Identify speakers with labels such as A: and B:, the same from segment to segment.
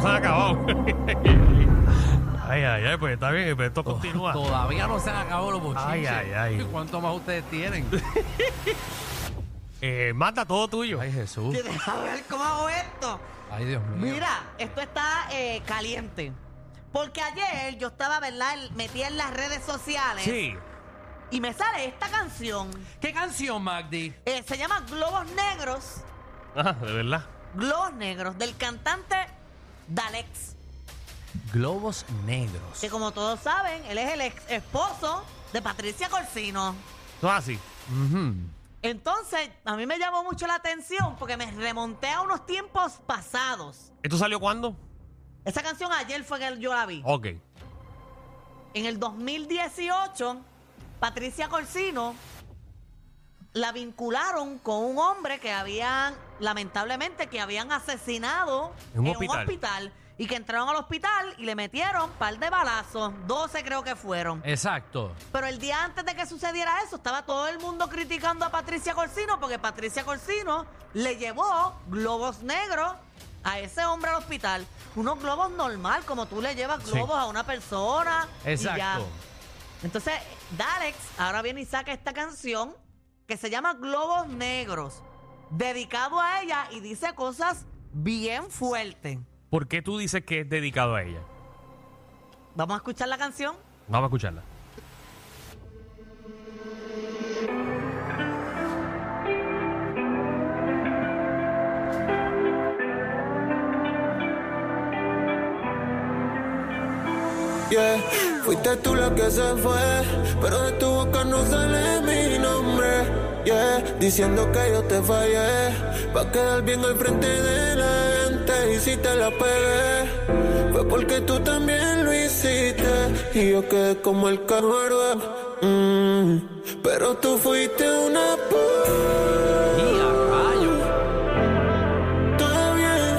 A: se ha acabado. ay, ay, ay, pues está bien, pero esto continúa.
B: Todavía no se han acabado los bochinches.
A: Ay, ay, ay.
B: ¿Y cuánto más ustedes tienen?
A: Eh, manda todo tuyo.
B: Ay, Jesús.
C: Que deja ver cómo hago esto.
B: Ay, Dios mío.
C: Mira, esto está eh, caliente. Porque ayer yo estaba, ¿verdad? Metí en las redes sociales
A: Sí.
C: y me sale esta canción.
B: ¿Qué canción, Magdi?
C: Eh, se llama Globos Negros.
A: Ah, de verdad.
C: Globos Negros, del cantante Dalex.
B: Globos Negros.
C: Que como todos saben, él es el ex esposo de Patricia Corsino.
A: Eso es así.
C: Entonces, a mí me llamó mucho la atención porque me remonté a unos tiempos pasados.
A: ¿Esto salió cuándo?
C: Esa canción ayer fue que yo la vi.
A: Ok.
C: En el 2018, Patricia Corsino la vincularon con un hombre que habían, lamentablemente, que habían asesinado
A: En un hospital.
C: y que entraron al hospital y le metieron un par de balazos, 12 creo que
A: Eh.
C: fueron.
B: Exacto.
C: Pero el día antes de que sucediera eso, estaba todo el mundo criticando a Patricia Corsino porque Patricia Corsino le llevó globos negros a ese hombre al hospital. Unos globos normal, como tú le llevas
B: Sí.
C: globos a una persona. y ya.
B: Exacto.
C: Entonces, Dalex ahora viene y saca esta canción que se llama Globos Negros, dedicado a ella y dice cosas bien fuertes.
A: ¿Por qué tú dices que es dedicado a ella?
C: Vamos a escuchar la canción.
A: Vamos a escucharla.
D: Yeah. Fuiste tú la que se fue, pero de tu boca no sale mi nombre. Yeah. Diciendo que yo te fallé, pa' quedar bien al frente de la gente. Y si te la pegué, fue porque tú también lo hiciste. Y yo quedé como el camarón. pero tú fuiste una puta.
B: Y a rayo.
D: Todo bien,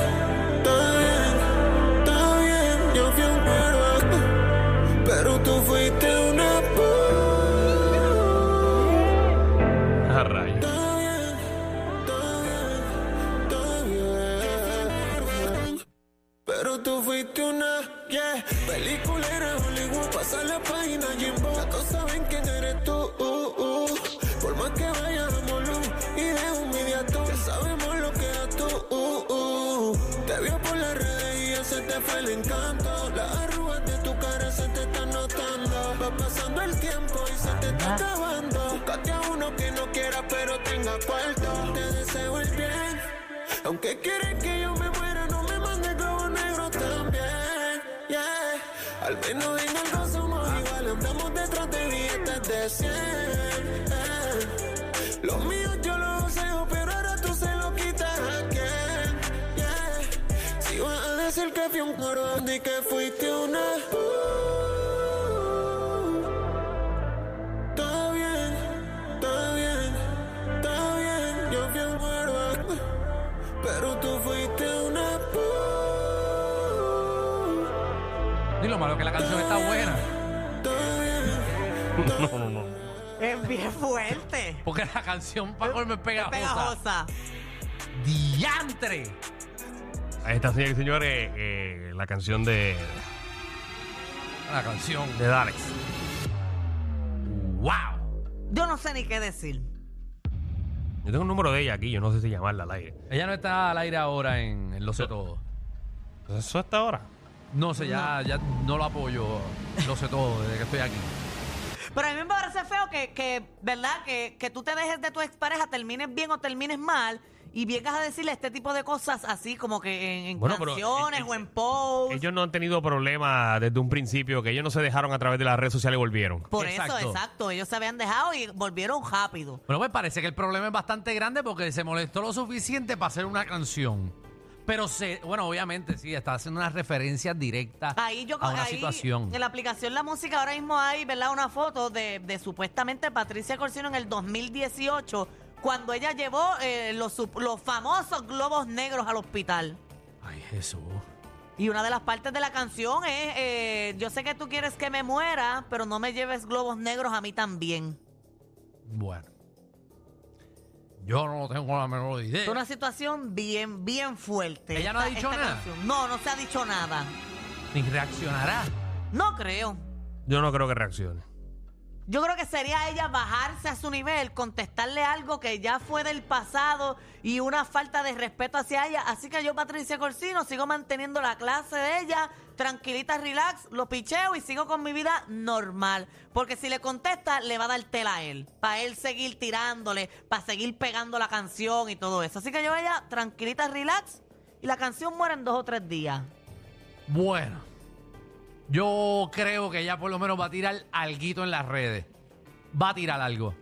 D: todo bien, todo bien. Yo fui un cuervo, pero tú fuiste una puta.
A: A Ah, rayos.
D: Todo bien, todo bien, todo bien. Pero tú fuiste una, yeah. Peliculera Hollywood, pasa la página, Jimbo. Ya todos saben quién eres tú, uh, uh. Por más que vayas a Molú y de un mediato, ya sabemos lo que eras tú, uh, uh. Te vio por las redes y ya se te fue el encanto. Las arrugas de tu cara se te están notando. Va pasando el tiempo y se te está acabando. Búscate a uno que no quiera pero tenga cuarto. Te deseo el bien. Aunque quieres que yo me muera, no me mandes globo negro también. Yeah. Al menos en algo somos iguales. Andamos detrás de billetes de 100. eh. Lo mío yo lo deseo, pero ahora tú se lo quitas a quien. Yeah. Si vas a decir que fui un corón y que fuiste una. Todo bien, todo bien, todo bien. Yo fui un cuervo, pero tú fuiste una puta.
B: Y lo malo que la canción está buena.
D: Todo bien,
A: No, no, no.
C: Es bien fuerte.
B: Porque la canción para colmo es pegajosa.
C: Pegajosa.
B: ¡Diantre!
A: Ahí está, señores y señores, eh, la canción de,
B: La canción.
A: de Dalex. ¡Wow!
C: Yo no sé ni qué decir.
A: Yo tengo un número de ella aquí, yo no sé si llamarla al aire.
B: Ella no está al aire ahora en, en Lo Sé Todo.
A: Pues eso hasta ahora.
B: No sé, ya, ya no lo apoyo. Lo sé todo desde que estoy aquí.
C: Pero a mí me parece feo que, que ¿verdad? Que, que tú te dejes de tu expareja, termines bien o termines mal, y vengas a decirle este tipo de cosas así, como que en, en
A: Bueno, pero
C: canciones
A: el- el-
C: o en posts.
A: Ellos no han tenido problemas desde un principio, que ellos no se dejaron a través de las redes sociales y volvieron.
C: Por
B: Exacto.
C: eso, exacto. Ellos se habían dejado y volvieron rápido.
B: Bueno, pues parece que el problema es bastante grande porque se molestó lo suficiente para hacer una canción. Pero, se, bueno, obviamente sí, está haciendo unas referencias directas
C: Ahí yo
B: a una
C: ahí,
B: situación.
C: En la aplicación La Música ahora mismo hay, ¿verdad? Una foto de, de supuestamente Patricia Corsino en el 2018, cuando ella llevó eh, los, sup- los famosos globos negros al hospital.
B: Ay, Jesús.
C: Y una de las partes de la canción es, eh, yo sé que tú quieres que me muera, pero no me lleves globos negros a mí también.
B: Bueno. Yo no tengo la menor idea.
C: Es una situación bien, bien fuerte.
B: ¿Ella no ha dicho nada?
C: canción. No, no se ha dicho nada.
B: Ni reaccionará.
C: No creo.
A: Yo no creo que reaccione.
C: Yo creo que sería ella bajarse a su nivel, contestarle algo que ya fue del pasado y una falta de respeto hacia ella. Así que yo, Patricia Corsino, sigo manteniendo la clase de ella, tranquilita, relax, lo picheo y sigo con mi vida normal. Porque si le contesta, le va a dar tela a él, para él seguir tirándole, para seguir pegando la canción y todo eso. Así que yo, ella, tranquilita, relax y la canción muere en dos o tres días.
B: Bueno, yo creo que ella por lo menos va a tirar alguito en las redes. Va a tirar algo.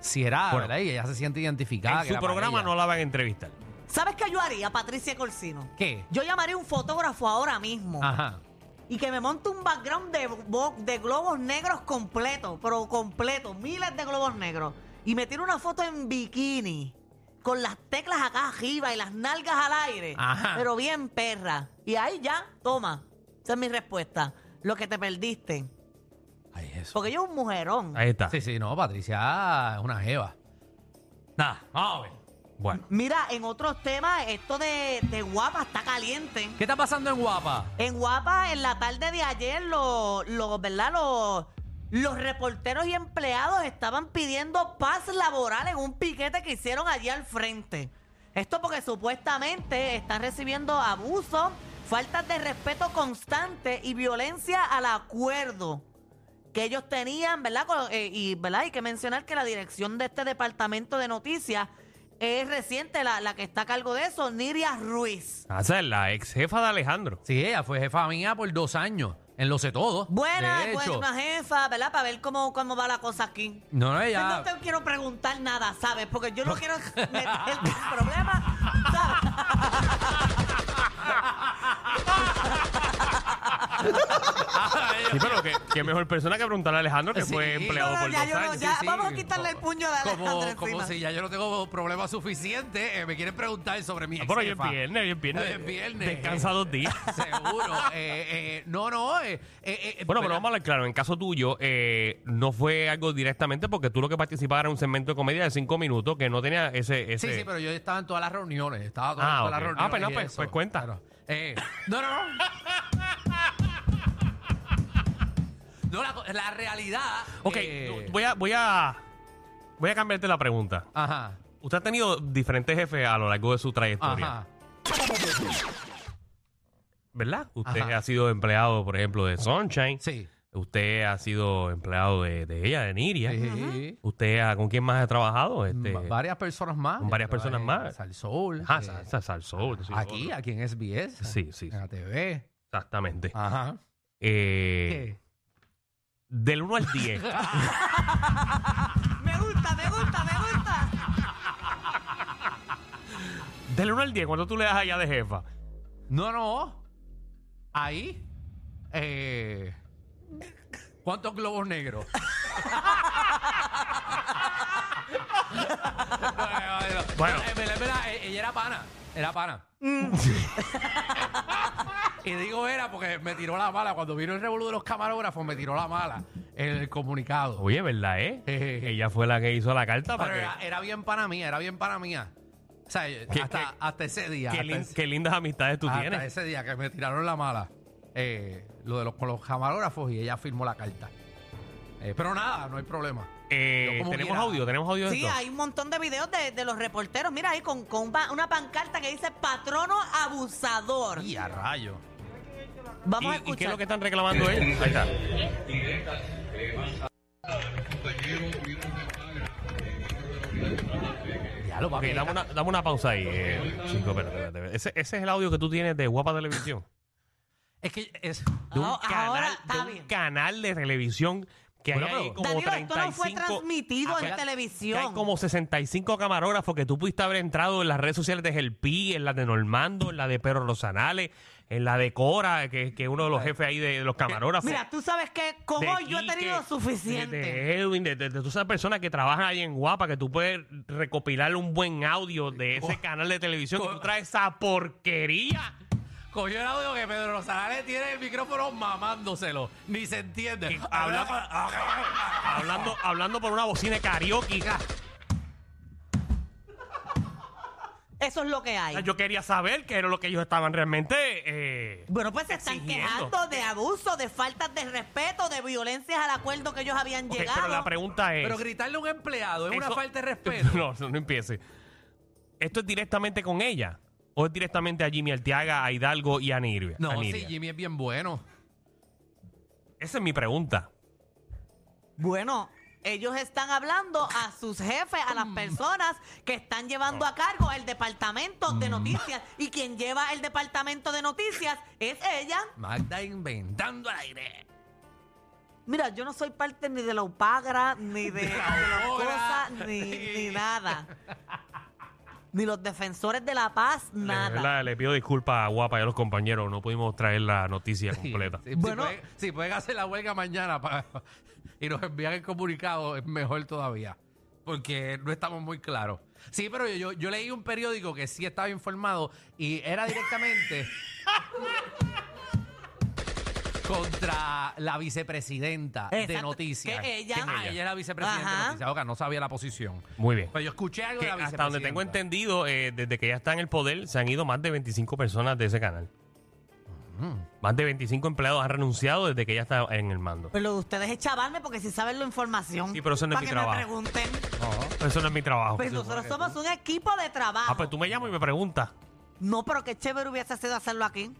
B: Si era,
A: Bueno.
B: ¿verdad? Y ella se siente identificada.
A: en su programa no la van a entrevistar.
C: ¿Sabes qué yo haría, Patricia Corsino?
B: ¿Qué?
C: Yo llamaría a un fotógrafo ahora mismo.
B: Ajá.
C: y que me monte un background de, bo- de globos negros completo, pero completo, miles de globos negros. Y me tiro una foto en bikini, con las teclas acá arriba y las nalgas al aire,
B: Ajá.
C: pero bien perra. Y ahí ya, toma. Esa es mi respuesta. Lo que te perdiste.
B: Ay, eso.
C: Porque yo es un mujerón.
A: Ahí está.
B: Sí, sí, no, Patricia es una jeva. Nada, vamos a ver.
A: Bueno.
C: Mira, en otros temas, esto de, de guapa está caliente.
B: ¿Qué está pasando en Guapa?
C: En Guapa, en la tarde de ayer, los, los, ¿verdad? Los, los reporteros y empleados estaban pidiendo paz laboral en un piquete que hicieron allí al frente. Esto porque supuestamente están recibiendo abusos, faltas de respeto constante y violencia al acuerdo que ellos tenían, ¿verdad? Con- eh, y, ¿verdad? Hay que mencionar que la dirección de este departamento de noticias es reciente, la, la que está a cargo de eso, Niria Ruiz.
A: Ah, Esa es la ex jefa de Alejandro.
B: Sí, ella fue jefa mía por dos años. En lo sé todo.
C: Buena,
B: de
C: pues
B: hecho.
C: una jefa, ¿verdad? Para ver cómo, cómo va la cosa aquí.
B: No, no,
C: Pues
B: ella.
C: No te quiero preguntar nada, ¿sabes? Porque yo no quiero meterte en problemas, ¿sabes?
B: Ah,
A: Sí, pero que, que mejor persona que preguntarle a Alejandro que
B: Sí.
A: fue empleado
C: No, no,
A: por
C: ya
A: dos
C: yo no-
A: años.
C: ya- vamos a quitarle el puño de Alejandro
B: Como, como
C: encima.
B: si ya yo no tengo problemas suficientes, eh, me quieren preguntar sobre mi
A: Ah, Pero hoy es
B: exjefa.
A: viernes, hoy es viernes.
B: Hoy es viernes.
A: Descansa dos días.
B: Seguro. eh, eh, no, no. eh, eh, eh,
A: Bueno, pero
B: ¿verdad?
A: vamos a hablar claro. En caso tuyo, eh, no fue algo directamente porque tú lo que participabas era un segmento de comedia de cinco minutos que no tenía ese. ese
B: Sí, sí, pero yo estaba en todas las reuniones. Estaba todas,
A: Ah,
B: todas las
A: ok.
B: reuniones.
A: Ah, pues no,
B: y
A: pues-
B: eso.
A: pues cuenta.
B: Claro. Eh, no, no, no. No, la, co- la realidad.
A: Ok,
B: eh,
A: voy a, voy a. Voy a cambiarte la pregunta.
B: Ajá.
A: Usted ha tenido diferentes jefes a lo largo de su trayectoria.
B: Ajá.
A: ¿Verdad? Usted
B: Ajá.
A: ha sido empleado, por ejemplo, de Sunshine.
B: Sí.
A: Usted ha sido empleado de, de ella, de Niria.
B: Sí. Mm,
A: ¿Usted ha- con quién más ha trabajado? Este,
B: Va- varias personas más.
A: con varias
B: Yo trabajé
A: personas más.
B: en Salsol.
A: Ah,
B: eh,
A: Sal- Sal- Salsol, sí,
B: aquí, Ah.
A: otro.
B: aquí en SBS.
A: Sí, sí,
B: En la TV.
A: exactamente.
B: Ajá.
A: Eh,
B: ¿Qué?
A: del 1 al 10.
C: Me gusta, me gusta, me gusta.
A: del 1 al 10, ¿cuánto tú le das allá de jefa?
B: No, no. Ahí. Eh, ¿Cuántos globos negros?
A: Bueno.
B: bueno, eh, mira, mira, eh, ella era pana. Era pana.
A: Mm.
B: y digo era porque me tiró la mala. Cuando vino el revolú de los camarógrafos, me tiró la mala en el comunicado.
A: Oye, ¿verdad, eh?
B: Jejeje.
A: Ella fue la que hizo la carta
B: Pero
A: para
B: era,
A: que...
B: era bien pana mía, era bien pana mía. O sea,
A: Qué-
B: hasta,
A: qué-
B: hasta ese día.
A: Qué,
B: hasta
A: lin-
B: ese-
A: qué lindas amistades tú
B: hasta
A: tienes.
B: ese día que me tiraron la mala, eh, lo de los, con los camarógrafos y ella firmó la carta. Eh, pero nada, no hay problema.
A: Eh,
B: Yo como
A: tenemos
B: quiera-
A: audio, tenemos audio de
C: Sí,
A: esto.
C: hay un montón de videos de, de los reporteros. Mira ahí con, con pa- una pancarta que dice patrono abusador.
B: Y a rayo.
A: ¿Y,
C: Vamos a
A: y
C: escuchar.
A: qué es lo que están reclamando ellos? Ahí está.
B: Ya lo
A: Ok,
B: papi,
A: dame
B: esta-
A: una, dame una pausa ahí, eh, chico. Espérate, espérate, espérate. Ese, ese es el audio que tú tienes de Guapa Televisión.
B: Es que es.
A: De un,
C: Ah,
A: canal,
C: ahora está
A: de un
C: bien.
A: canal de televisión que
B: Bueno,
A: hay
B: pero-
A: ahí como
C: Danilo, esto
A: 35...
C: no fue transmitido en
A: Ah, que-
C: televisión.
A: que hay como 65 camarógrafos que tú pudiste haber entrado en las redes sociales de Gelpi, en la de Normando, en la de Perro Rosanales, en la de Cora, que que es uno de los jefes ahí de, de los camarógrafos.
C: Mira, tú sabes que con
A: de
C: hoy yo he
A: Quique,
C: tenido suficiente.
A: De, de Edwin, de, de- de todas esas personas que trabajan ahí en Guapa, que tú puedes recopilar un buen audio de ese
B: Co-
A: canal de televisión que
B: co-
A: tú traes esa porquería.
B: Cogió el audio que Pedro Rosales tiene el micrófono mamándoselo. Ni se entiende.
A: Que Eh, habla- hablando, hablando por una bocina de karaoke.
C: Eso es lo que hay.
A: sea, Ah, yo quería saber qué era lo que ellos estaban realmente. eh,
C: Bueno, pues se están
A: Exigiendo.
C: quejando de abuso, de faltas de respeto, de violencias al acuerdo que ellos habían
A: ok,
C: llegado.
A: pero la pregunta es.
B: Pero gritarle a un empleado es una
A: eso-
B: falta de respeto.
A: No, no, no empiece. ¿Esto es directamente con ella? ¿O es directamente a Jimmy Arteaga, a Hidalgo y a Niria?
B: No,
A: a
B: sí,
A: Niria?
B: Jimmy es bien bueno.
A: Esa es mi pregunta.
C: Bueno, ellos están hablando a sus jefes, a las personas que están llevando a cargo el departamento de noticias. Y quien lleva el departamento de noticias es ella.
B: Magda inventando al aire.
C: Mira, yo no soy parte ni de la upagra, ni de, de la
B: Ahora.
C: cosa, ni, ni nada. Ni los defensores de la paz,
A: Le-
C: nada.
A: la- Le, pido disculpas a Guapa y a los compañeros. No pudimos traer la noticia
B: Sí,
A: completa.
B: sí,
C: Bueno.
B: Si pueden, si pueden hacer la huelga mañana para- y nos envían el comunicado, es mejor todavía. Porque no estamos muy claros. Sí, pero yo, yo, yo leí un periódico que sí estaba informado y era directamente contra la vicepresidenta de
C: Exacto,
B: noticias.
C: que ella-
B: Ah, ella era vicepresidenta
C: Ajá.
B: de noticias. Oiga, no sabía la posición.
A: Muy bien.
B: Pero yo escuché algo
A: Que
B: de la
A: hasta donde tengo
B: vicepresidenta.
A: entendido, eh, desde que ya está en el poder, se han ido más de 25 personas de ese canal. Más de 25 empleados han renunciado desde que ya está en el mando.
C: Pero lo de ustedes es chavarme porque si saben la información.
A: Sí, pero eso no es
C: para
A: mi
C: que
A: trabajo.
C: me pregunten.
A: Eso no es mi trabajo.
C: Pues nosotros somos un equipo de trabajo.
A: Ah, pues tú me llamas y me preguntas.
C: No, pero qué chévere hubiese sido hacerlo aquí.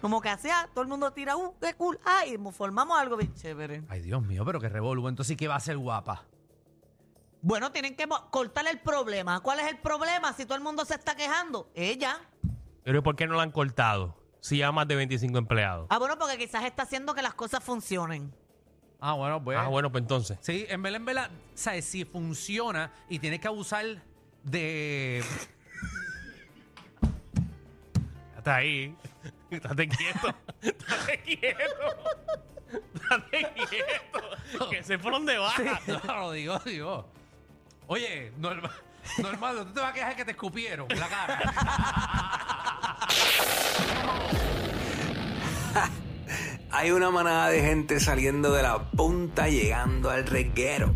C: Como que hacía, todo el mundo tira, uh, qué cool. Ay, mo- formamos algo bien chévere.
B: Ay, Dios mío, pero qué revolú. Entonces, ¿y ¿qué va a ser guapa?
C: Bueno, tienen que mo- cortar el problema. ¿Cuál es el problema si todo el mundo se está quejando? Ella.
A: Pero ¿por qué no la han cortado? Si ya más de 25 empleados.
C: Ah, bueno, porque quizás está haciendo que las cosas funcionen.
B: Ah, bueno, pues.
A: Ah, bueno, pues entonces.
B: Sí, en verdad, en verdad, ¿sabes? Si funciona y tienes que abusar de.
A: Está ahí. Estate quieto. Estate quieto. Estate quieto. Que sé por dónde vas.
B: no, lo digo, digo. Oye, normal, normal, tú te vas a quejar que te escupieron en la cara.
E: Hay una manada de gente saliendo de la punta llegando al reguero.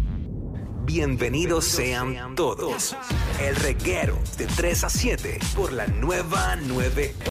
E: Bienvenidos sean todos. El reguero de 3 a 7 por la nueva 9.